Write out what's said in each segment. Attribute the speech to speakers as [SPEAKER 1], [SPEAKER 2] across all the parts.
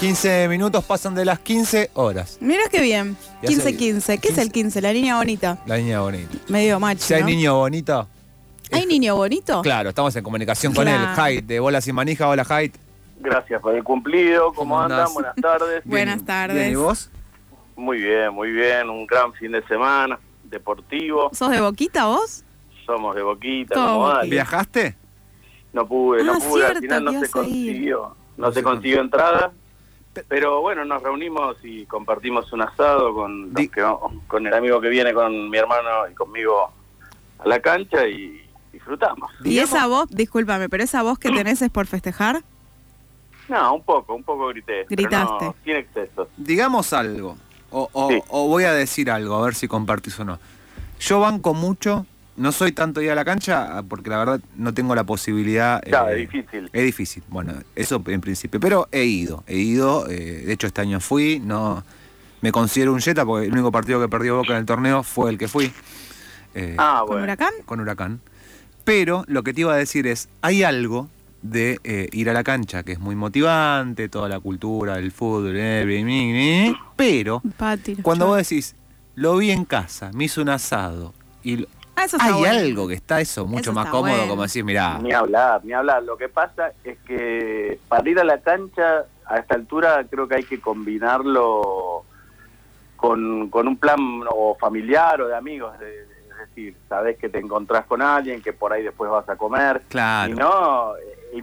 [SPEAKER 1] 15 minutos pasan de las 15 horas.
[SPEAKER 2] Mirá qué bien.
[SPEAKER 1] Y
[SPEAKER 2] 15-15. ¿Qué es el 15? La niña bonita.
[SPEAKER 1] La niña bonita.
[SPEAKER 2] Medio macho.
[SPEAKER 1] Si hay
[SPEAKER 2] ¿no?
[SPEAKER 1] niño bonito,
[SPEAKER 2] ¿Hay niño bonito?
[SPEAKER 1] claro, estamos en comunicación con él.
[SPEAKER 2] Claro.
[SPEAKER 1] Hyde, de Bolas y Manija. Hola, Hyde.
[SPEAKER 3] Gracias por el cumplido. ¿Cómo
[SPEAKER 1] ¿Cómo
[SPEAKER 3] andan?
[SPEAKER 1] andás?
[SPEAKER 3] Buenas tardes.
[SPEAKER 2] Bueno. Buenas
[SPEAKER 1] Bien,
[SPEAKER 2] tardes.
[SPEAKER 1] bien, ¿Y vos?
[SPEAKER 3] Muy bien, muy bien. Un gran fin de semana deportivo.
[SPEAKER 2] ¿Sos de boquita vos?
[SPEAKER 3] Somos de Boquita,
[SPEAKER 2] Todo
[SPEAKER 3] como
[SPEAKER 2] Boquita.
[SPEAKER 3] antes.
[SPEAKER 1] ¿Viajaste?
[SPEAKER 3] No pude, no
[SPEAKER 2] Ah,
[SPEAKER 3] pude.
[SPEAKER 2] cierto,
[SPEAKER 3] Al final
[SPEAKER 2] que
[SPEAKER 3] no se
[SPEAKER 2] ibas a ir.
[SPEAKER 3] consiguió. No se consiguió entrada. Pero bueno, nos reunimos y compartimos un asado con, los
[SPEAKER 1] Di-
[SPEAKER 3] que vamos- con el amigo que viene, con mi hermano y conmigo a la cancha y disfrutamos.
[SPEAKER 2] ¿Y
[SPEAKER 1] Digamos-
[SPEAKER 2] esa voz, discúlpame, pero esa
[SPEAKER 1] Ah.
[SPEAKER 2] voz que tenés es por festejar?
[SPEAKER 3] No, un poco, un poco grité. pero
[SPEAKER 2] Gritaste.
[SPEAKER 3] no, sin excesos.
[SPEAKER 1] Digamos algo. O, o-
[SPEAKER 3] Sí.
[SPEAKER 1] o voy a decir algo, a ver si compartís o no. Yo banco mucho, no soy tanto de ir a la cancha, ah, porque la verdad no tengo la posibilidad. eh,
[SPEAKER 3] Claro, es difícil.
[SPEAKER 1] Es difícil, bueno, eso en principio. Pero he ido, he ido, eh, de hecho este año fui, no me considero un yeta porque el único partido que perdió Boca en el torneo fue el que fui. eh,
[SPEAKER 3] Ah,
[SPEAKER 2] ¿Con
[SPEAKER 3] bueno.
[SPEAKER 2] huracán?
[SPEAKER 1] con Huracán. Pero lo que te iba a decir es, hay algo de eh, ir a la cancha, que es muy motivante, toda la cultura del fútbol, eh, bli, bli, bli, pero
[SPEAKER 2] Pati, los
[SPEAKER 1] cuando vos
[SPEAKER 2] chavos.
[SPEAKER 1] decís, lo vi en casa, me hizo un asado, y lo-
[SPEAKER 2] Ah, eso está
[SPEAKER 1] hay
[SPEAKER 2] bueno.
[SPEAKER 1] algo que está eso mucho
[SPEAKER 2] Eso
[SPEAKER 1] más
[SPEAKER 2] está
[SPEAKER 1] cómodo,
[SPEAKER 2] bueno.
[SPEAKER 1] como decir, mirá,
[SPEAKER 3] Ni hablar, ni hablar. Lo que pasa es que para ir a la cancha a esta altura creo que hay que combinarlo con, con un plan o familiar o de amigos. de- es decir, sabes que te encontrás con alguien, que por ahí después vas a comer.
[SPEAKER 1] claro,
[SPEAKER 3] Y
[SPEAKER 1] un
[SPEAKER 3] no,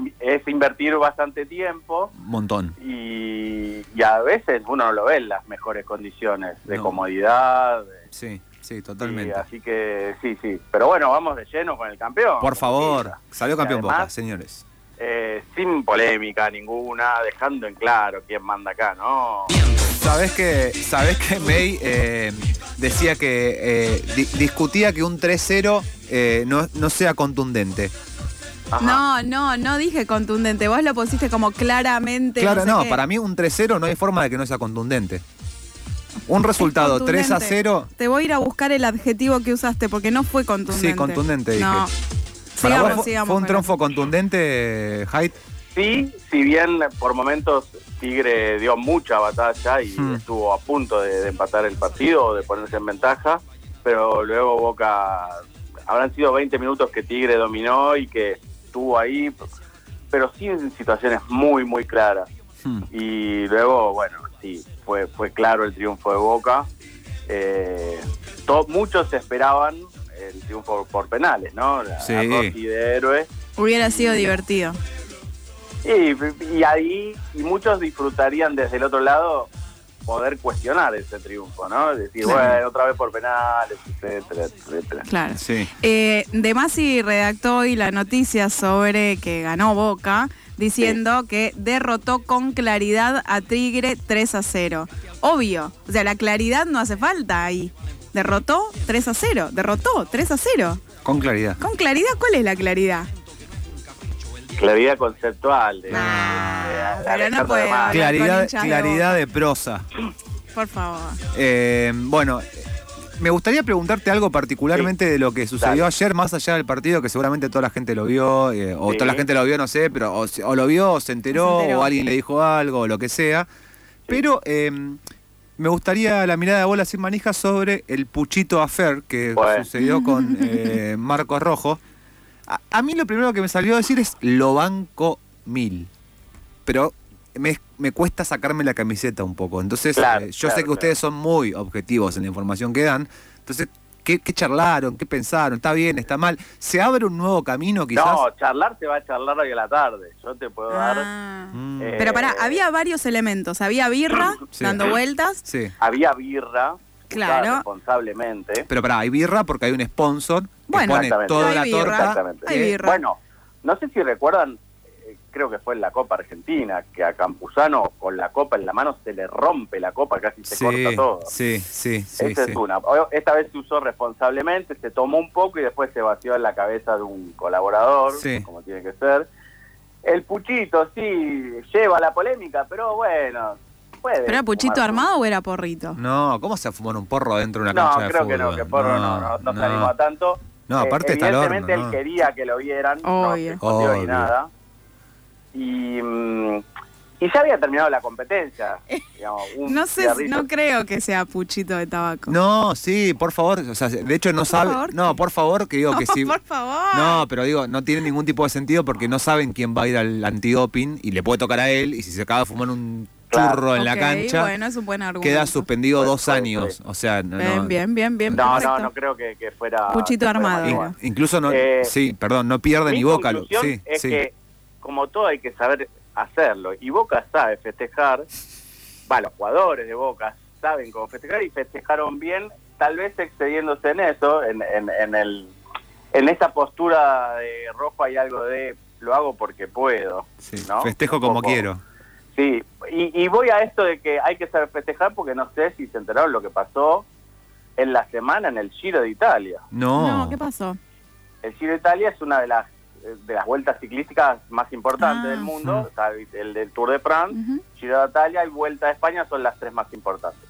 [SPEAKER 3] eh, es invertir bastante tiempo
[SPEAKER 1] montón.
[SPEAKER 3] y, y a veces uno no lo ve en las mejores condiciones de
[SPEAKER 1] No.
[SPEAKER 3] comodidad. de-
[SPEAKER 1] Sí, sí,
[SPEAKER 3] y
[SPEAKER 1] totalmente.
[SPEAKER 3] así que sí, sí. Pero bueno, vamos de lleno con el campeón.
[SPEAKER 1] Por favor,
[SPEAKER 3] Quizá.
[SPEAKER 1] salió campeón
[SPEAKER 3] Y
[SPEAKER 1] Boca,
[SPEAKER 3] además-
[SPEAKER 1] señores.
[SPEAKER 3] Eh, sin polémica ninguna, dejando en claro quién manda acá, ¿no?
[SPEAKER 1] ¿Sabés que, sabés que May eh, decía que eh, di- discutía que un 3-0 eh, no, no sea contundente?
[SPEAKER 3] Ajá.
[SPEAKER 2] No, no, no dije contundente. Vos lo pusiste como claramente.
[SPEAKER 1] claro,
[SPEAKER 2] sé
[SPEAKER 1] no,
[SPEAKER 2] qué.
[SPEAKER 1] para mí un 3-0 no hay forma de que no sea contundente. Un resultado 3 a
[SPEAKER 2] contundente.
[SPEAKER 1] 0
[SPEAKER 2] Te voy a ir a buscar el adjetivo que usaste porque no fue contundente.
[SPEAKER 1] Sí, contundente dije.
[SPEAKER 2] No.
[SPEAKER 1] para
[SPEAKER 2] Sigamos,
[SPEAKER 1] vos fue-
[SPEAKER 2] sigamos,
[SPEAKER 1] fue un
[SPEAKER 2] pero-
[SPEAKER 1] triunfo contundente, Hyde.
[SPEAKER 3] Sí, si bien por momentos Tigre dio mucha batalla y
[SPEAKER 1] Hmm.
[SPEAKER 3] estuvo a punto de, de empatar el partido o de ponerse en ventaja, pero luego Boca, habrán sido 20 minutos que Tigre dominó y que estuvo ahí, pero sí en situaciones muy, muy claras.
[SPEAKER 1] Hmm.
[SPEAKER 3] Y luego, bueno, sí, fue, fue claro el triunfo de Boca. Eh, to- muchos esperaban el triunfo por penales, ¿no? La,
[SPEAKER 1] Sí.
[SPEAKER 3] la Rossi de héroe.
[SPEAKER 2] Hubiera sido divertido.
[SPEAKER 3] Y, y ahí y muchos disfrutarían desde el otro lado poder cuestionar ese triunfo, ¿no? Decir,
[SPEAKER 2] Claro.
[SPEAKER 3] bueno, otra vez por penales, etcétera, etcétera.
[SPEAKER 2] Claro.
[SPEAKER 1] Sí.
[SPEAKER 2] Eh, de Masi redactó hoy la noticia sobre que ganó Boca, diciendo que derrotó con claridad a Tigre 3 a 0. Obvio, o sea, la claridad no hace falta ahí. Derrotó 3 a 0, derrotó 3 a 0.
[SPEAKER 1] Con claridad.
[SPEAKER 2] Con claridad, ¿cuál es la claridad?
[SPEAKER 3] Claridad conceptual. De,
[SPEAKER 2] Ah,
[SPEAKER 3] de- de
[SPEAKER 2] pero no
[SPEAKER 3] Alejandro
[SPEAKER 2] puede
[SPEAKER 3] de Magno.
[SPEAKER 2] hablar. con
[SPEAKER 1] Claridad,
[SPEAKER 2] hinchas de
[SPEAKER 1] claridad de prosa.
[SPEAKER 2] Por favor.
[SPEAKER 1] Eh, bueno, me gustaría preguntarte algo particularmente de lo que sucedió
[SPEAKER 3] dale.
[SPEAKER 1] ayer, más allá del partido, que seguramente toda la gente lo vio, eh, o
[SPEAKER 3] Sí.
[SPEAKER 1] toda la gente lo vio, no sé, pero o, se- o lo vio, o se enteró,
[SPEAKER 2] Se enteró.
[SPEAKER 1] o alguien le dijo algo, o lo que sea. Pero eh, me gustaría la mirada de bola sin manija sobre el puchito affair que
[SPEAKER 3] Bueno.
[SPEAKER 1] sucedió con eh, Marcos Rojo. A, a mí lo primero que me salió a decir es lo banco mil. Pero me, me cuesta sacarme la camiseta un poco. Entonces,
[SPEAKER 3] Claro,
[SPEAKER 1] eh, yo sé
[SPEAKER 3] claro,
[SPEAKER 1] que ustedes son muy objetivos en la información que dan. Entonces, ¿qué, qué charlaron? ¿Qué pensaron? ¿Está bien? ¿Está mal? ¿Se abre un nuevo camino quizás?
[SPEAKER 3] No, charlar se va a charlar hoy a la tarde. Yo te puedo dar.
[SPEAKER 2] Ah.
[SPEAKER 1] Mm,
[SPEAKER 3] eh,
[SPEAKER 2] Pero pará, había varios elementos. Había birra
[SPEAKER 1] Sí.
[SPEAKER 2] dando vueltas.
[SPEAKER 1] sí.
[SPEAKER 3] Había birra.
[SPEAKER 2] Claro.
[SPEAKER 3] usada Responsablemente.
[SPEAKER 1] Pero pará, hay birra porque hay un sponsor que
[SPEAKER 2] Bueno,
[SPEAKER 1] pone
[SPEAKER 3] Exactamente.
[SPEAKER 1] toda
[SPEAKER 2] Hay
[SPEAKER 1] la
[SPEAKER 2] birra.
[SPEAKER 1] torta.
[SPEAKER 3] Exactamente.
[SPEAKER 2] Hay
[SPEAKER 1] Eh,
[SPEAKER 2] birra.
[SPEAKER 3] Bueno, no sé si recuerdan, eh, creo que fue en la Copa Argentina, que a Campuzano con la copa en la mano se le rompe la copa, casi se corta todo.
[SPEAKER 1] Sí, sí, sí.
[SPEAKER 3] Esa
[SPEAKER 1] sí.
[SPEAKER 3] es una. O- Esta vez se usó responsablemente, se tomó un poco y después se vació en la cabeza de un colaborador,
[SPEAKER 1] Sí.
[SPEAKER 3] como tiene que ser. El Puchito, sí, lleva la polémica, pero bueno, puede.
[SPEAKER 2] ¿Pero era puchito
[SPEAKER 3] fumarse un
[SPEAKER 2] armado o era porrito?
[SPEAKER 1] No, ¿cómo se fumar un porro dentro de una
[SPEAKER 3] no,
[SPEAKER 1] cancha de
[SPEAKER 3] creo
[SPEAKER 1] fútbol?
[SPEAKER 3] que no, que Porro no, no, no, se animó a tanto. Eh,
[SPEAKER 1] No, aparte está el horno,
[SPEAKER 3] Evidentemente
[SPEAKER 1] ¿no?
[SPEAKER 3] él quería que lo vieran, no se
[SPEAKER 2] Obvio.
[SPEAKER 3] escondió ni
[SPEAKER 1] Obvio.
[SPEAKER 3] nada. Y, mm, Y ya había terminado la competencia. digamos, un
[SPEAKER 2] No sé, si-
[SPEAKER 3] cigarrillo.
[SPEAKER 2] no creo que sea puchito de tabaco.
[SPEAKER 1] Mm, No, sí, por favor. O sea, de hecho, no
[SPEAKER 2] Por
[SPEAKER 1] sabe.
[SPEAKER 2] favor.
[SPEAKER 1] No, por favor, que digo que
[SPEAKER 2] No,
[SPEAKER 1] sí.
[SPEAKER 2] por favor.
[SPEAKER 1] No, pero digo, no tiene ningún tipo de sentido porque no saben quién va a ir al antidoping y le puede tocar a él. Y si se acaba de fumar un
[SPEAKER 3] Claro.
[SPEAKER 1] churro en la
[SPEAKER 2] Ok,
[SPEAKER 1] cancha,
[SPEAKER 2] Bueno, es un buen argumento.
[SPEAKER 1] queda suspendido
[SPEAKER 3] Bueno,
[SPEAKER 1] dos
[SPEAKER 3] puede
[SPEAKER 1] años.
[SPEAKER 3] ser.
[SPEAKER 1] O sea, no.
[SPEAKER 2] Bien,
[SPEAKER 1] no-
[SPEAKER 2] bien, bien, bien.
[SPEAKER 3] No, no,
[SPEAKER 2] perfecto.
[SPEAKER 3] no creo que, que fuera.
[SPEAKER 2] Puchito
[SPEAKER 3] que fuera
[SPEAKER 2] armado
[SPEAKER 3] Maradona.
[SPEAKER 2] era.
[SPEAKER 1] in- incluso no.
[SPEAKER 3] Eh,
[SPEAKER 1] sí, perdón, no pierde
[SPEAKER 3] Mi
[SPEAKER 1] ni boca. lo-
[SPEAKER 3] conclusión
[SPEAKER 1] Sí,
[SPEAKER 3] es
[SPEAKER 1] sí.
[SPEAKER 3] que, como todo, hay que saber hacerlo. Y Boca sabe festejar. Va, los jugadores de Boca saben cómo festejar y festejaron bien, tal vez excediéndose en eso, en, en, en el, en esta postura de rojo hay algo de lo hago porque puedo.
[SPEAKER 1] sí.
[SPEAKER 3] ¿no?
[SPEAKER 1] Festejo
[SPEAKER 3] Un
[SPEAKER 1] como
[SPEAKER 3] poco.
[SPEAKER 1] quiero.
[SPEAKER 3] Sí, y, y voy a esto de que hay que saber festejar porque no sé si se enteraron lo que pasó en la semana en el Giro de Italia.
[SPEAKER 1] No.
[SPEAKER 2] ¿qué pasó?
[SPEAKER 3] El Giro de Italia es una de las eh, de las vueltas ciclísticas más importantes
[SPEAKER 2] Ah.
[SPEAKER 3] del mundo, o sea, el del Tour de France,
[SPEAKER 2] Ujú.
[SPEAKER 3] Giro de Italia y Vuelta a España son las tres más importantes.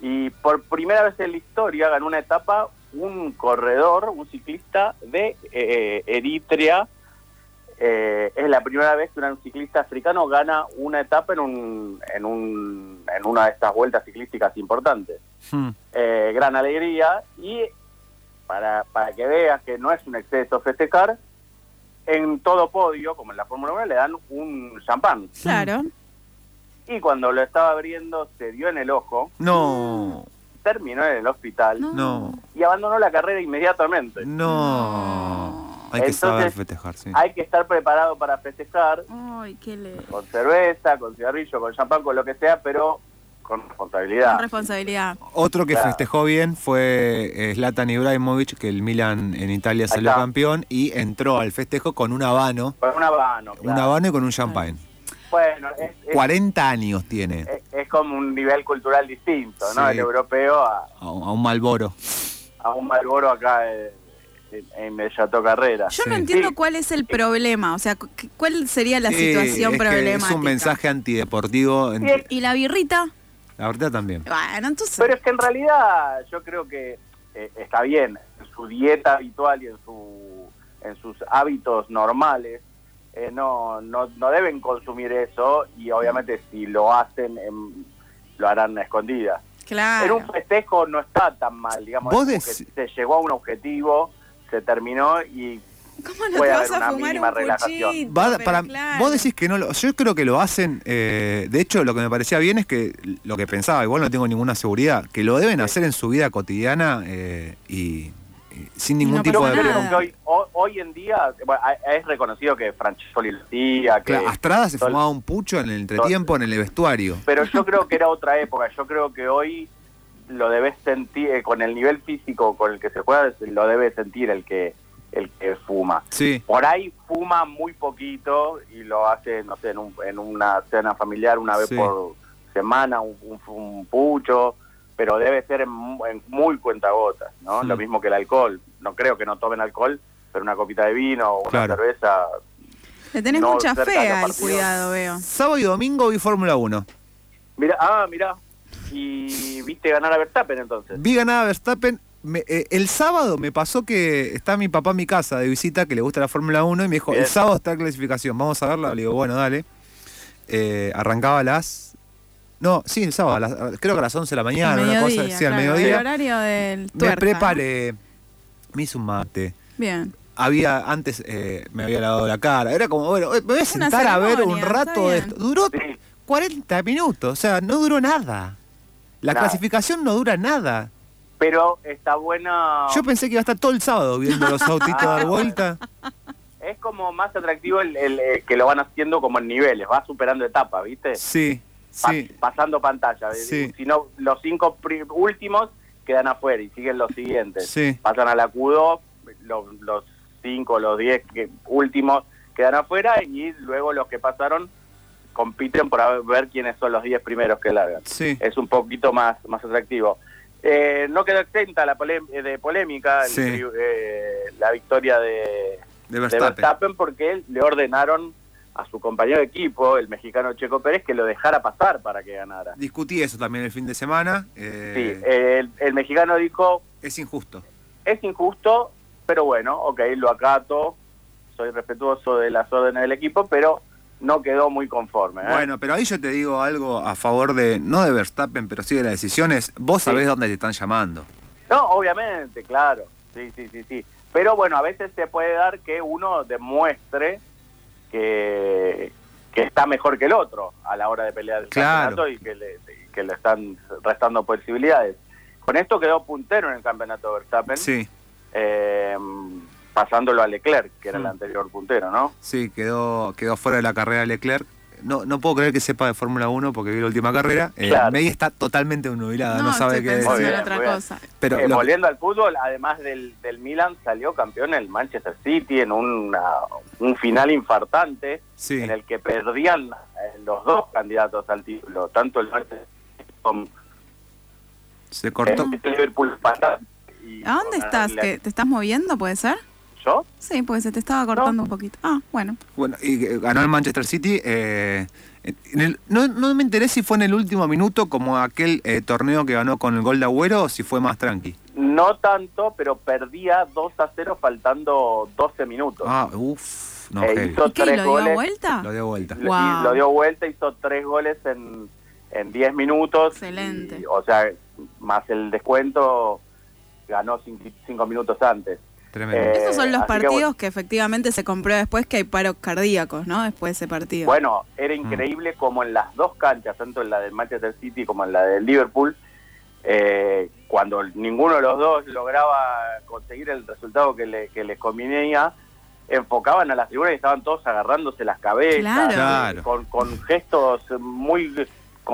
[SPEAKER 3] Y por primera vez en la historia ganó una etapa un corredor, un ciclista de eh, Eritrea. Eh, es la primera vez que un ciclista africano gana una etapa en, un, en, un, en una de estas vueltas ciclísticas importantes
[SPEAKER 1] Hmm.
[SPEAKER 3] eh, gran alegría y para, para que veas que no es un exceso festejar, en todo podio, como en la Fórmula 1, le dan un champán.
[SPEAKER 2] Claro.
[SPEAKER 3] Y cuando lo estaba abriendo se dio en el ojo,
[SPEAKER 1] No.
[SPEAKER 3] terminó en el hospital
[SPEAKER 2] No.
[SPEAKER 1] No.
[SPEAKER 3] y abandonó la carrera inmediatamente.
[SPEAKER 1] No. Hay que
[SPEAKER 3] Entonces,
[SPEAKER 1] saber festejar, sí.
[SPEAKER 3] Hay que estar preparado para festejar
[SPEAKER 2] Ay, qué le...
[SPEAKER 3] con cerveza, con cigarrillo, con champán, con lo que sea, pero con
[SPEAKER 2] Con
[SPEAKER 3] responsabilidad.
[SPEAKER 2] responsabilidad.
[SPEAKER 1] Otro que
[SPEAKER 3] Claro.
[SPEAKER 1] festejó bien fue eh, Zlatan Ibrahimovic, que el Milan en Italia salió
[SPEAKER 3] está.
[SPEAKER 1] campeón y entró al festejo con un habano,
[SPEAKER 3] Con un habano. claro. Eh.
[SPEAKER 1] un habano y con un champagne.
[SPEAKER 2] Ah.
[SPEAKER 3] Bueno, es- es-
[SPEAKER 1] 40 años tiene
[SPEAKER 3] es, es como un nivel cultural distinto, ¿no?
[SPEAKER 1] Sí.
[SPEAKER 3] El europeo a,
[SPEAKER 1] a, a un Malboro.
[SPEAKER 3] a un Malboro acá eh, en, en Bellato Carrera.
[SPEAKER 2] Yo no
[SPEAKER 1] Sí.
[SPEAKER 2] entiendo
[SPEAKER 3] Sí.
[SPEAKER 2] cuál es el problema, o sea, cu- cuál sería la
[SPEAKER 1] Sí,
[SPEAKER 2] situación
[SPEAKER 1] es que
[SPEAKER 2] problemática.
[SPEAKER 1] Es un mensaje antideportivo. en-
[SPEAKER 3] Sí, es-
[SPEAKER 2] ¿Y la birrita?
[SPEAKER 1] la verdad también.
[SPEAKER 2] Bueno, entonces...
[SPEAKER 3] Pero es que en realidad yo creo que eh, está bien, en su dieta habitual y en, su, en sus hábitos normales, eh, no, no, no deben consumir eso y obviamente si lo hacen, em, lo harán a escondidas. En
[SPEAKER 2] Claro.
[SPEAKER 3] un festejo no está tan mal, digamos,
[SPEAKER 1] Vos
[SPEAKER 3] como que
[SPEAKER 1] decí-
[SPEAKER 3] se llegó a un objetivo, se terminó y
[SPEAKER 2] ¿Cómo no
[SPEAKER 3] puede
[SPEAKER 2] te vas
[SPEAKER 3] haber
[SPEAKER 2] a
[SPEAKER 3] una
[SPEAKER 2] fumar
[SPEAKER 3] mínima
[SPEAKER 2] un
[SPEAKER 3] relajación.
[SPEAKER 2] puchito?
[SPEAKER 1] Va-
[SPEAKER 2] Pero
[SPEAKER 1] para,
[SPEAKER 2] claro.
[SPEAKER 1] Vos decís que no lo. Yo creo que lo hacen. eh, de hecho, lo que me parecía bien es que lo que pensaba, igual no tengo ninguna seguridad, que lo deben
[SPEAKER 3] Sí.
[SPEAKER 1] hacer en su vida cotidiana eh, y, y sin
[SPEAKER 2] Y
[SPEAKER 1] ningún
[SPEAKER 2] no
[SPEAKER 1] tipo
[SPEAKER 2] pasa
[SPEAKER 1] de.
[SPEAKER 2] nada.
[SPEAKER 1] bronca.
[SPEAKER 3] Porque hoy, ho- hoy en día bueno, a- es reconocido que Francescoli lo hacía, que,
[SPEAKER 1] Claro, Astrada se
[SPEAKER 3] Sol-
[SPEAKER 1] fumaba un pucho en el entretiempo, en el vestuario.
[SPEAKER 3] pero yo creo que era otra época. Yo creo que hoy lo debes sentir, eh, con el nivel físico con el que se juega, lo debe sentir el que el que fuma.
[SPEAKER 1] Sí.
[SPEAKER 3] Por ahí fuma muy poquito y lo hace, no sé, en, un- en una cena familiar una vez
[SPEAKER 1] Sí.
[SPEAKER 3] por semana, un, un- un pucho, pero debe ser en, mu- en muy cuentagotas, ¿no?
[SPEAKER 1] Mm.
[SPEAKER 3] Lo mismo que el alcohol. No creo que no tomen alcohol, pero una copita de vino o una
[SPEAKER 1] Claro.
[SPEAKER 3] cerveza
[SPEAKER 2] Le tenés
[SPEAKER 3] No,
[SPEAKER 2] mucha
[SPEAKER 3] cerca
[SPEAKER 2] fe
[SPEAKER 3] de los
[SPEAKER 2] al
[SPEAKER 3] partidos.
[SPEAKER 2] cuidado, veo.
[SPEAKER 1] Sábado y domingo vi Fórmula 1.
[SPEAKER 3] Mira, ah, mira. Y viste ganar a Verstappen entonces.
[SPEAKER 1] Vi ganada a Verstappen. Me- eh, el sábado me pasó que está mi papá en mi casa de visita que le gusta la Fórmula 1 y me dijo,
[SPEAKER 3] Bien.
[SPEAKER 1] el sábado está la clasificación, vamos a verla. Le digo, bueno, dale. Eh, arrancaba a las... No, sí, el sábado, a las- creo que a las 11 de la mañana,
[SPEAKER 2] Al
[SPEAKER 1] una
[SPEAKER 2] mediodía,
[SPEAKER 1] cosa así, al
[SPEAKER 2] claro, El
[SPEAKER 1] mediodía.
[SPEAKER 2] horario del
[SPEAKER 1] Me
[SPEAKER 2] tuerca.
[SPEAKER 1] preparé, me hice un mate.
[SPEAKER 2] Bien.
[SPEAKER 1] Había, antes eh, me había lavado la cara. Era como, bueno, me voy a
[SPEAKER 2] Es una
[SPEAKER 1] sentar a ver un
[SPEAKER 2] ceremonia, está
[SPEAKER 1] rato de
[SPEAKER 2] bien.
[SPEAKER 1] esto. Duró
[SPEAKER 3] Sí.
[SPEAKER 1] 40 minutos, o sea, no duró nada. La
[SPEAKER 3] Nada.
[SPEAKER 1] clasificación no dura nada.
[SPEAKER 3] Pero está buena.
[SPEAKER 1] Yo pensé que iba a estar todo el sábado viendo los autitos
[SPEAKER 3] Ah,
[SPEAKER 1] dar
[SPEAKER 3] bueno.
[SPEAKER 1] vuelta.
[SPEAKER 3] Es como más atractivo el, el, eh, que lo van haciendo como en niveles, va superando etapas, ¿viste?
[SPEAKER 1] Sí,
[SPEAKER 3] Pa-
[SPEAKER 1] sí.
[SPEAKER 3] pasando pantalla.
[SPEAKER 1] Sí.
[SPEAKER 3] Si no, los cinco pri- últimos quedan afuera y siguen los siguientes.
[SPEAKER 1] Sí.
[SPEAKER 3] Pasan a la Q2, los, los cinco, los diez que- últimos quedan afuera y luego los que pasaron compiten por a- ver quiénes son los diez primeros que largan.
[SPEAKER 1] Sí.
[SPEAKER 3] es un poquito más, más atractivo. Eh, no quedó exenta la polé- eh, de polémica el
[SPEAKER 1] Sí.
[SPEAKER 3] tri- eh, la victoria de,
[SPEAKER 1] De
[SPEAKER 3] de
[SPEAKER 1] Verstappen.
[SPEAKER 3] Verstappen porque él- le ordenaron a su compañero de equipo, el mexicano Checo Pérez, que lo dejara pasar para que ganara.
[SPEAKER 1] Discutí eso también el fin de semana.
[SPEAKER 3] Sí,
[SPEAKER 1] eh,
[SPEAKER 3] el, el mexicano dijo,
[SPEAKER 1] Es injusto.
[SPEAKER 3] es injusto, pero bueno, ok, lo acato, soy respetuoso de las órdenes del equipo, pero no quedó muy conforme. ¿eh?
[SPEAKER 1] Bueno, pero ahí yo te digo algo a favor de, no de Verstappen, pero sí de las decisiones. Vos sabés dónde te están llamando.
[SPEAKER 3] No, obviamente, claro. Sí, sí, sí, sí. Pero bueno, a veces se puede dar que uno demuestre que, que está mejor que el otro a la hora de pelear el
[SPEAKER 1] Claro.
[SPEAKER 3] campeonato y que le, y que le están restando posibilidades. Con esto quedó puntero en el campeonato Verstappen,
[SPEAKER 1] Sí,
[SPEAKER 3] eh, pasándolo a Leclerc, que era
[SPEAKER 1] Mm.
[SPEAKER 3] el anterior puntero, ¿no?
[SPEAKER 1] sí, quedó, quedó fuera de la carrera Leclerc. No, no puedo creer que sepa de Fórmula 1 porque vi la última carrera. Eh,
[SPEAKER 3] Claro.
[SPEAKER 1] May está totalmente nubilada, no, sabe
[SPEAKER 2] estoy
[SPEAKER 1] qué
[SPEAKER 2] pensando
[SPEAKER 3] Muy
[SPEAKER 1] decir.
[SPEAKER 2] en
[SPEAKER 3] bien,
[SPEAKER 2] otra
[SPEAKER 3] muy bien.
[SPEAKER 2] cosa.
[SPEAKER 1] Pero
[SPEAKER 3] Eh,
[SPEAKER 1] lo-
[SPEAKER 3] volviendo al fútbol, además del, del Milan, salió campeón el Manchester City en una- un final infartante
[SPEAKER 1] sí,
[SPEAKER 3] en el que perdían eh, los dos candidatos al título, tanto el Manchester City como
[SPEAKER 1] se
[SPEAKER 3] eh,
[SPEAKER 1] cortó.
[SPEAKER 3] el Liverpool. empataron y-
[SPEAKER 2] ¿A dónde estás? ¿Que ¿Te estás moviendo, puede ser?
[SPEAKER 3] ¿Yo?
[SPEAKER 2] Sí, porque se te estaba cortando un poquito. Ah, bueno.
[SPEAKER 1] Bueno, y eh, ganó el Manchester City. eh, en el- no, no me enteré si fue en el último minuto como aquel eh, torneo que ganó con el gol de Agüero o si fue más tranqui.
[SPEAKER 3] No tanto, pero perdía 2 a 0 faltando 12 minutos.
[SPEAKER 1] Ah, uff, no,
[SPEAKER 3] Eh,
[SPEAKER 1] heavy.
[SPEAKER 3] hizo
[SPEAKER 2] ¿Qué?
[SPEAKER 3] tres
[SPEAKER 2] ¿Lo dio
[SPEAKER 3] goles.
[SPEAKER 2] vuelta?
[SPEAKER 1] lo dio vuelta.
[SPEAKER 3] Lo- y
[SPEAKER 2] Wow.
[SPEAKER 3] lo dio vuelta, hizo tres goles en, en 10 minutos.
[SPEAKER 2] Excelente.
[SPEAKER 3] Y, o sea, más el descuento, ganó 5 minutos antes.
[SPEAKER 1] Tremendo.
[SPEAKER 3] Eh,
[SPEAKER 2] Esos son los
[SPEAKER 3] así que
[SPEAKER 2] partidos que,
[SPEAKER 3] bueno.
[SPEAKER 2] efectivamente se comprueba después que hay paros cardíacos, ¿no? Después de ese partido.
[SPEAKER 3] Bueno,
[SPEAKER 2] Mm.
[SPEAKER 3] era increíble como en las dos canchas, tanto en la del Manchester City como en la del Liverpool, eh, cuando ninguno de los dos lograba conseguir el resultado que, le- que les convenía, enfocaban a las figuras y estaban todos agarrándose las cabezas,
[SPEAKER 2] Claro.
[SPEAKER 1] Claro.
[SPEAKER 3] Con, con gestos muy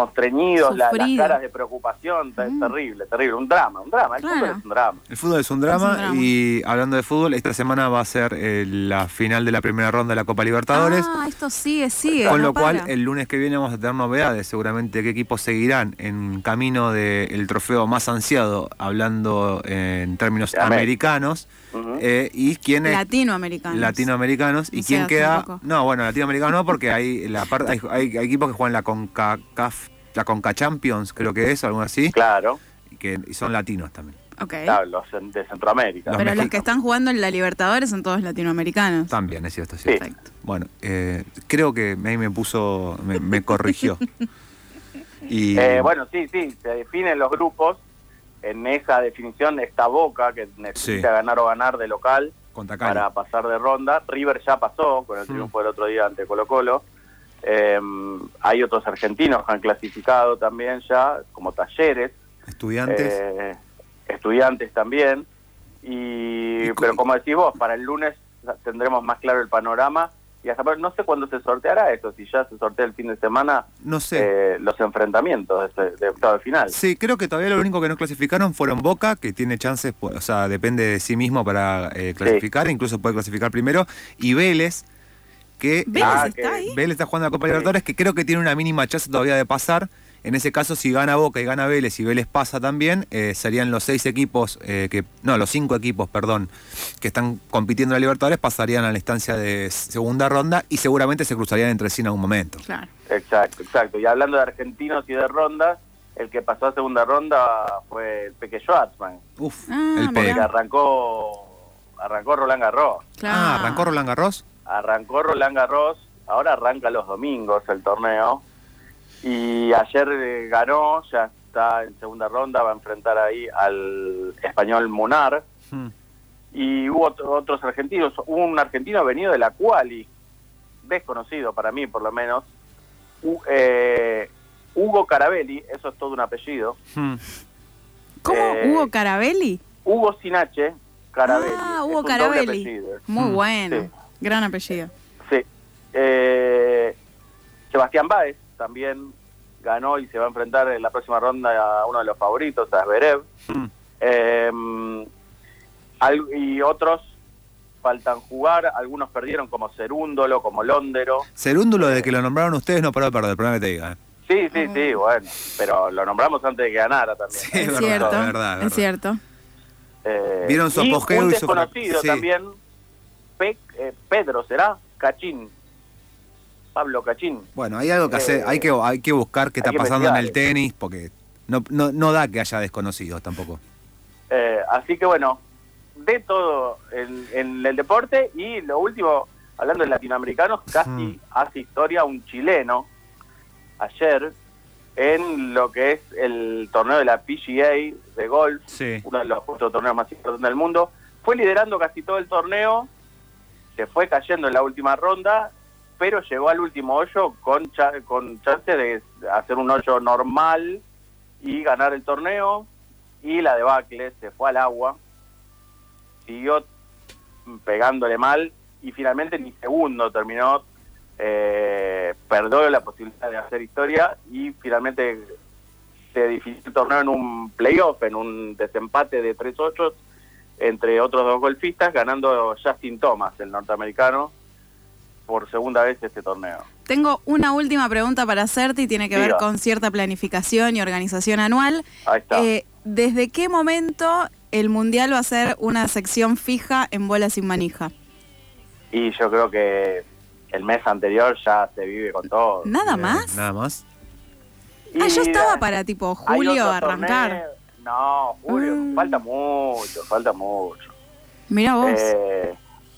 [SPEAKER 3] constreñidos, la- las
[SPEAKER 2] Sufrido.
[SPEAKER 3] caras de preocupación, te-
[SPEAKER 2] Mm.
[SPEAKER 3] terrible, terrible, un drama, un drama, el
[SPEAKER 2] Claro.
[SPEAKER 3] fútbol es un drama.
[SPEAKER 1] El fútbol es un drama,
[SPEAKER 2] Es un drama.
[SPEAKER 1] y hablando de fútbol, esta semana va a ser eh, la final de la primera ronda de la Copa Libertadores.
[SPEAKER 2] ah, esto sigue, sigue.
[SPEAKER 1] con
[SPEAKER 2] no
[SPEAKER 1] lo cual,
[SPEAKER 2] para.
[SPEAKER 1] el lunes que viene vamos a tener novedades, seguramente qué equipos seguirán en camino del trofeo más ansiado, hablando eh, en términos
[SPEAKER 3] De América.
[SPEAKER 1] americanos,
[SPEAKER 3] Ujú.
[SPEAKER 1] eh, y quiénes
[SPEAKER 2] Latinoamericanos.
[SPEAKER 1] latinoamericanos y
[SPEAKER 2] O
[SPEAKER 1] quién
[SPEAKER 2] sea,
[SPEAKER 1] queda
[SPEAKER 2] tampoco.
[SPEAKER 1] no bueno latinoamericanos no porque hay la parte hay, hay- hay equipos que juegan la concacaf la conca champions creo que es o algo así
[SPEAKER 3] Claro,
[SPEAKER 1] y que y son latinos también
[SPEAKER 2] Ok.
[SPEAKER 3] claro, los de Centroamérica.
[SPEAKER 1] Los
[SPEAKER 2] ¿Eh? Pero los
[SPEAKER 1] mexicanos.
[SPEAKER 2] que están jugando en la Libertadores son todos latinoamericanos.
[SPEAKER 1] también es cierto es
[SPEAKER 3] Sí.
[SPEAKER 1] cierto
[SPEAKER 2] Perfecto.
[SPEAKER 1] bueno eh, creo que ahí me puso me, me corrigió y
[SPEAKER 3] Eh, bueno, sí, sí, se definen los grupos. En esa definición está Boca, que necesita
[SPEAKER 1] Sí.
[SPEAKER 3] ganar o ganar de local
[SPEAKER 1] contra Cali.
[SPEAKER 3] para pasar de ronda. River ya pasó con el
[SPEAKER 1] Mm.
[SPEAKER 3] triunfo del otro día ante Colo Colo. Eh, hay otros argentinos que han clasificado también ya, como Talleres,
[SPEAKER 1] estudiantes
[SPEAKER 3] eh, estudiantes también. Y,
[SPEAKER 1] Y co-
[SPEAKER 3] pero como decís vos, para el lunes tendremos más claro el panorama. Y hasta ahora no sé cuándo se sorteará esto, si ya se sortea el fin de semana
[SPEAKER 1] no sé
[SPEAKER 3] eh, los enfrentamientos de, este, de octavo de final.
[SPEAKER 1] Sí, creo que todavía lo único que no clasificaron fueron Boca, que tiene chances, pues, o sea, depende de sí mismo para eh, clasificar, incluso puede clasificar primero, y Vélez, que eh,
[SPEAKER 2] ¿Vélez
[SPEAKER 3] Ah,
[SPEAKER 2] está
[SPEAKER 3] que-
[SPEAKER 2] ahí?
[SPEAKER 1] Vélez está jugando la Copa Libertadores, que creo que tiene una mínima chance todavía de pasar. En ese caso, si gana Boca y gana Vélez y Vélez pasa también, eh, serían los seis equipos, eh, que no, los cinco equipos, perdón, que están compitiendo en la Libertadores, pasarían a la instancia de segunda ronda y seguramente se cruzarían entre sí en algún momento.
[SPEAKER 2] Claro.
[SPEAKER 3] Exacto, exacto. Y hablando de argentinos y de rondas, el que pasó a segunda ronda fue el Peque Schwarzman,
[SPEAKER 1] Uf,
[SPEAKER 2] Ah,
[SPEAKER 1] el
[SPEAKER 2] mirá.
[SPEAKER 3] que
[SPEAKER 1] poder.
[SPEAKER 3] arrancó, arrancó Roland Garros.
[SPEAKER 2] claro.
[SPEAKER 1] Ah, arrancó Roland Garros.
[SPEAKER 3] Arrancó Roland Garros, ahora arranca los domingos el torneo. Y ayer eh, ganó, ya está en segunda ronda, va a enfrentar ahí al español Munar.
[SPEAKER 1] Hmm.
[SPEAKER 3] y hubo otro- otros argentinos. Hubo un argentino venido de la Quali, desconocido para mí por lo menos, Hu- eh, Hugo Carabelli, eso es todo un apellido,
[SPEAKER 1] Hmm.
[SPEAKER 2] ¿Cómo?
[SPEAKER 3] Eh,
[SPEAKER 2] ¿Hugo Carabelli?
[SPEAKER 3] Hugo Sinache Carabelli.
[SPEAKER 2] Ah,
[SPEAKER 3] es
[SPEAKER 2] Hugo
[SPEAKER 3] un doble
[SPEAKER 2] Carabelli.
[SPEAKER 3] apellido.
[SPEAKER 2] Muy
[SPEAKER 1] Mm.
[SPEAKER 2] bueno.
[SPEAKER 3] Sí.
[SPEAKER 2] Gran apellido.
[SPEAKER 3] Sí. Eh, Sebastián Báez también ganó y se va a enfrentar en la próxima ronda a uno de los favoritos, a Zverev.
[SPEAKER 1] Mm.
[SPEAKER 3] Eh, al- y otros faltan jugar, algunos perdieron como Cerúndolo, como Londero.
[SPEAKER 1] Cerúndulo, desde que lo nombraron ustedes, no paró de perder, perdóname que te diga. ¿eh?
[SPEAKER 3] Sí, sí, sí, bueno, pero lo nombramos antes de que ganara también.
[SPEAKER 1] Sí,
[SPEAKER 2] Es,
[SPEAKER 1] verdad,
[SPEAKER 2] cierto.
[SPEAKER 1] verdad, verdad.
[SPEAKER 2] Es cierto.
[SPEAKER 3] Eh,
[SPEAKER 1] Vieron su
[SPEAKER 3] y
[SPEAKER 1] apogeo
[SPEAKER 3] un
[SPEAKER 1] y su-
[SPEAKER 3] desconocido
[SPEAKER 1] sí.
[SPEAKER 3] también, Pe- eh, Pedro, ¿será? Cachín, Pablo Cachín.
[SPEAKER 1] Bueno, hay algo que
[SPEAKER 3] Eh,
[SPEAKER 1] hacer, hay que, hay que buscar qué
[SPEAKER 3] hay
[SPEAKER 1] está
[SPEAKER 3] que
[SPEAKER 1] pasando en el
[SPEAKER 3] investigar.
[SPEAKER 1] tenis, porque no, no, no da que haya desconocidos tampoco.
[SPEAKER 3] Eh, así que bueno, de todo en, en el deporte y lo último, hablando de latinoamericanos, casi
[SPEAKER 1] Mm.
[SPEAKER 3] hace historia un chileno ayer en lo que es el torneo de la PGA de golf,
[SPEAKER 1] Sí.
[SPEAKER 3] uno de los cuatro torneos más importantes del mundo. Fue liderando casi todo el torneo, se fue cayendo en la última ronda, pero llegó al último hoyo con, cha- con chance de hacer un hoyo normal y ganar el torneo. Y la debacle se fue al agua, siguió pegándole mal y finalmente ni segundo terminó. Eh, perdió la posibilidad de hacer historia y finalmente se difícil el torneo este en un playoff, en un desempate de 3-8 entre otros dos golfistas, ganando Justin Thomas, el norteamericano, por segunda vez este torneo.
[SPEAKER 2] Tengo una última pregunta para hacerte y tiene que ver
[SPEAKER 3] Diga.
[SPEAKER 2] con cierta planificación y organización anual.
[SPEAKER 3] Ahí está.
[SPEAKER 2] Eh, ¿Desde qué momento el Mundial va a ser una sección fija en bola sin manija?
[SPEAKER 3] Y yo creo que el mes anterior ya se vive con todo.
[SPEAKER 2] ¿Nada
[SPEAKER 1] Eh,
[SPEAKER 2] más?
[SPEAKER 1] Nada más.
[SPEAKER 2] Ah, yo
[SPEAKER 3] Y
[SPEAKER 2] estaba
[SPEAKER 3] hay
[SPEAKER 2] para tipo
[SPEAKER 3] otro
[SPEAKER 2] julio arrancar.
[SPEAKER 3] torneo. No, julio,
[SPEAKER 2] Mm.
[SPEAKER 3] falta mucho, falta mucho.
[SPEAKER 2] Mira vos.
[SPEAKER 3] Eh,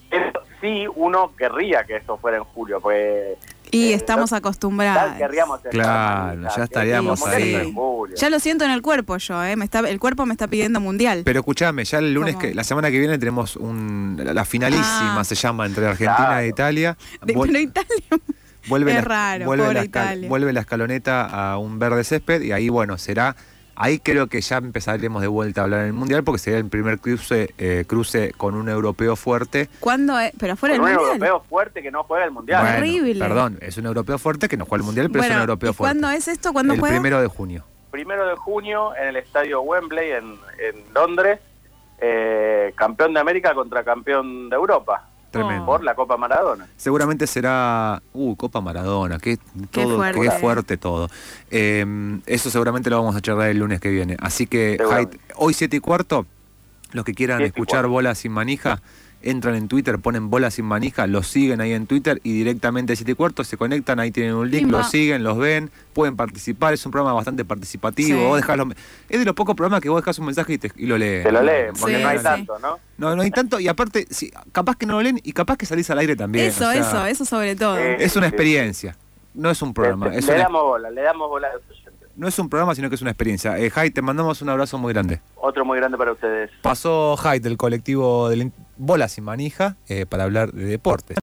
[SPEAKER 3] pero sí, uno querría que esto fuera en julio, pues
[SPEAKER 2] y
[SPEAKER 3] eh,
[SPEAKER 2] estamos
[SPEAKER 3] no-
[SPEAKER 2] acostumbrados.
[SPEAKER 3] querríamos hacer
[SPEAKER 1] Claro,
[SPEAKER 3] una
[SPEAKER 1] ya estaríamos
[SPEAKER 3] como que
[SPEAKER 2] ahí.
[SPEAKER 3] esto en julio.
[SPEAKER 2] Ya lo siento en el cuerpo yo, eh, me está, el cuerpo me está pidiendo mundial.
[SPEAKER 1] Pero escuchame, ya el lunes,
[SPEAKER 2] ¿Cómo?
[SPEAKER 1] que la semana que viene tenemos un, la, la finalísima,
[SPEAKER 2] Ah.
[SPEAKER 1] se llama, entre Argentina
[SPEAKER 3] Claro.
[SPEAKER 1] e Italia.
[SPEAKER 2] De-
[SPEAKER 1] Vuel-
[SPEAKER 2] pero Italia-
[SPEAKER 1] vuelve,
[SPEAKER 2] es
[SPEAKER 1] la,
[SPEAKER 2] raro,
[SPEAKER 1] vuelve,
[SPEAKER 2] pobre
[SPEAKER 1] la escal-
[SPEAKER 2] Italia.
[SPEAKER 1] vuelve la escaloneta a un verde césped y ahí, bueno, será... Ahí creo que ya empezaremos de vuelta a hablar del Mundial porque sería el primer cruce, eh, cruce con un europeo fuerte.
[SPEAKER 2] ¿Cuándo es? Pero fuera del
[SPEAKER 3] Con un
[SPEAKER 2] mundial.
[SPEAKER 3] europeo fuerte que no juega el mundial.
[SPEAKER 1] Bueno,
[SPEAKER 2] Terrible.
[SPEAKER 1] Perdón, es un europeo fuerte que no juega el Mundial, pero es
[SPEAKER 2] Bueno,
[SPEAKER 1] un europeo
[SPEAKER 2] ¿y
[SPEAKER 1] fuerte.
[SPEAKER 2] ¿Cuándo es esto? ¿Cuándo
[SPEAKER 1] el
[SPEAKER 2] juega?
[SPEAKER 1] primero de junio.
[SPEAKER 3] primero de junio en el estadio Wembley en, en Londres, eh, campeón de América contra campeón de Europa
[SPEAKER 2] Ah.
[SPEAKER 1] Tremendo.
[SPEAKER 3] por la Copa Maradona.
[SPEAKER 1] Seguramente será. Uh, Copa Maradona, qué, todo,
[SPEAKER 2] fuerte.
[SPEAKER 1] qué fuerte todo. Eh, eso seguramente lo vamos a charlar el lunes que viene. Así que,
[SPEAKER 3] Seguramente.
[SPEAKER 1] Haidt, hoy 7 y cuarto, los que quieran
[SPEAKER 3] Siete y
[SPEAKER 1] escuchar
[SPEAKER 3] cuarto.
[SPEAKER 1] Bola Sin Manija, entran en Twitter, ponen Bola Sin Manija, los siguen ahí en Twitter y directamente a 7 y cuarto se conectan, ahí tienen un link,
[SPEAKER 2] Timba.
[SPEAKER 1] los siguen, los ven, pueden participar. Es un programa bastante participativo.
[SPEAKER 2] Sí.
[SPEAKER 1] Vos dejás los- es de los pocos programas que vos dejás un mensaje y, te- y lo lees.
[SPEAKER 3] Se lo leen, porque
[SPEAKER 2] Sí,
[SPEAKER 3] no hay
[SPEAKER 2] sí.
[SPEAKER 3] tanto, ¿no?
[SPEAKER 1] No, no hay tanto, y aparte, sí, capaz que no lo leen y capaz que salís al aire también.
[SPEAKER 2] eso,
[SPEAKER 1] o sea,
[SPEAKER 2] eso, eso sobre todo.
[SPEAKER 3] Eh,
[SPEAKER 1] Es una
[SPEAKER 3] Sí.
[SPEAKER 1] experiencia, no es un programa.
[SPEAKER 3] Le-
[SPEAKER 1] es
[SPEAKER 3] Este, le
[SPEAKER 1] una-
[SPEAKER 3] damos bola, le damos bola a los oyentes.
[SPEAKER 1] no es un programa, sino que es una experiencia. Eh, Jai, te mandamos un abrazo muy grande.
[SPEAKER 3] Otro muy grande para ustedes.
[SPEAKER 1] Pasó Jai del colectivo del Bola Sin Manija eh, para hablar de deportes.